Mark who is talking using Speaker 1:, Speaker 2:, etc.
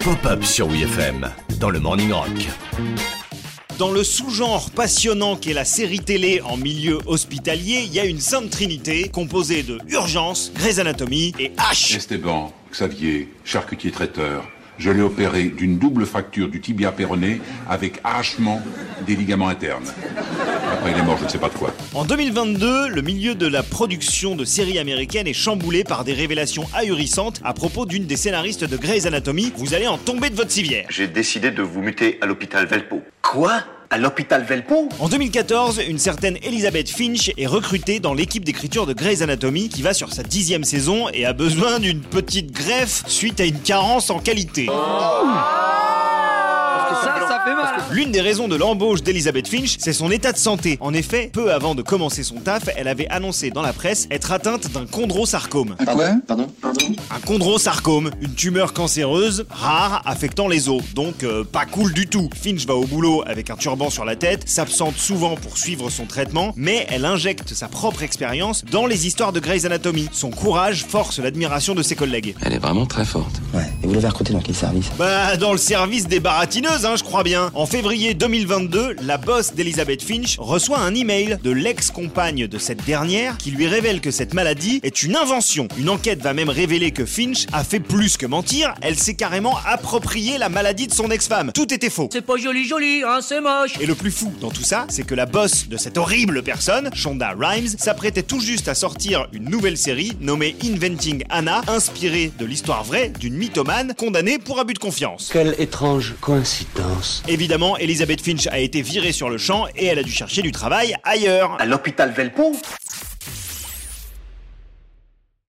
Speaker 1: Pop-up sur WFM dans le Morning Rock.
Speaker 2: Dans le sous-genre passionnant qu'est la série télé en milieu hospitalier, il y a une sainte trinité composée de Urgence, Grey's Anatomy et H.
Speaker 3: Esteban, Xavier, charcutier traiteur, je l'ai opéré d'une double fracture du tibia péroné avec arrachement des ligaments internes. Après, il est mort, je ne sais pas de quoi.
Speaker 2: En 2022, le milieu de la production de séries américaines est chamboulé par des révélations ahurissantes à propos d'une des scénaristes de Grey's Anatomy. Vous allez en tomber de votre civière.
Speaker 4: J'ai décidé de vous muter à l'hôpital Velpo.
Speaker 5: Quoi À l'hôpital Velpo
Speaker 2: En 2014, une certaine Elizabeth Finch est recrutée dans l'équipe d'écriture de Grey's Anatomy qui va sur sa dixième saison et a besoin d'une petite greffe suite à une carence en qualité.
Speaker 6: Ça, ça fait mal. hein.
Speaker 2: L'une des raisons de l'embauche d'Elizabeth Finch, c'est son état de santé. En effet, peu avant de commencer son taf, elle avait annoncé dans la presse être atteinte d'un chondrosarcome.
Speaker 7: Pardon Ah Pardon
Speaker 2: Un chondrosarcome, une tumeur cancéreuse rare affectant les os, donc euh, pas cool du tout. Finch va au boulot avec un turban sur la tête, s'absente souvent pour suivre son traitement, mais elle injecte sa propre expérience dans les histoires de Grey's Anatomy. Son courage force l'admiration de ses collègues.
Speaker 8: Elle est vraiment très forte.
Speaker 7: Ouais. Et vous l'avez recruté dans quel service
Speaker 2: Bah, dans le service des baratineuses, hein, je crois bien. En février 2022, la boss d'Elizabeth Finch reçoit un email de l'ex-compagne de cette dernière qui lui révèle que cette maladie est une invention. Une enquête va même révéler que Finch a fait plus que mentir, elle s'est carrément appropriée la maladie de son ex-femme. Tout était faux.
Speaker 6: C'est pas joli, joli, hein, c'est moche.
Speaker 2: Et le plus fou dans tout ça, c'est que la boss de cette horrible personne, Shonda Rhimes, s'apprêtait tout juste à sortir une nouvelle série nommée Inventing Anna, inspirée de l'histoire vraie d'une mythomane condamnée pour abus de confiance.
Speaker 5: Quelle étrange coïncidence.
Speaker 2: Évidemment, Elizabeth Finch a été virée sur le champ et elle a dû chercher du travail ailleurs.
Speaker 5: À l'hôpital Velpo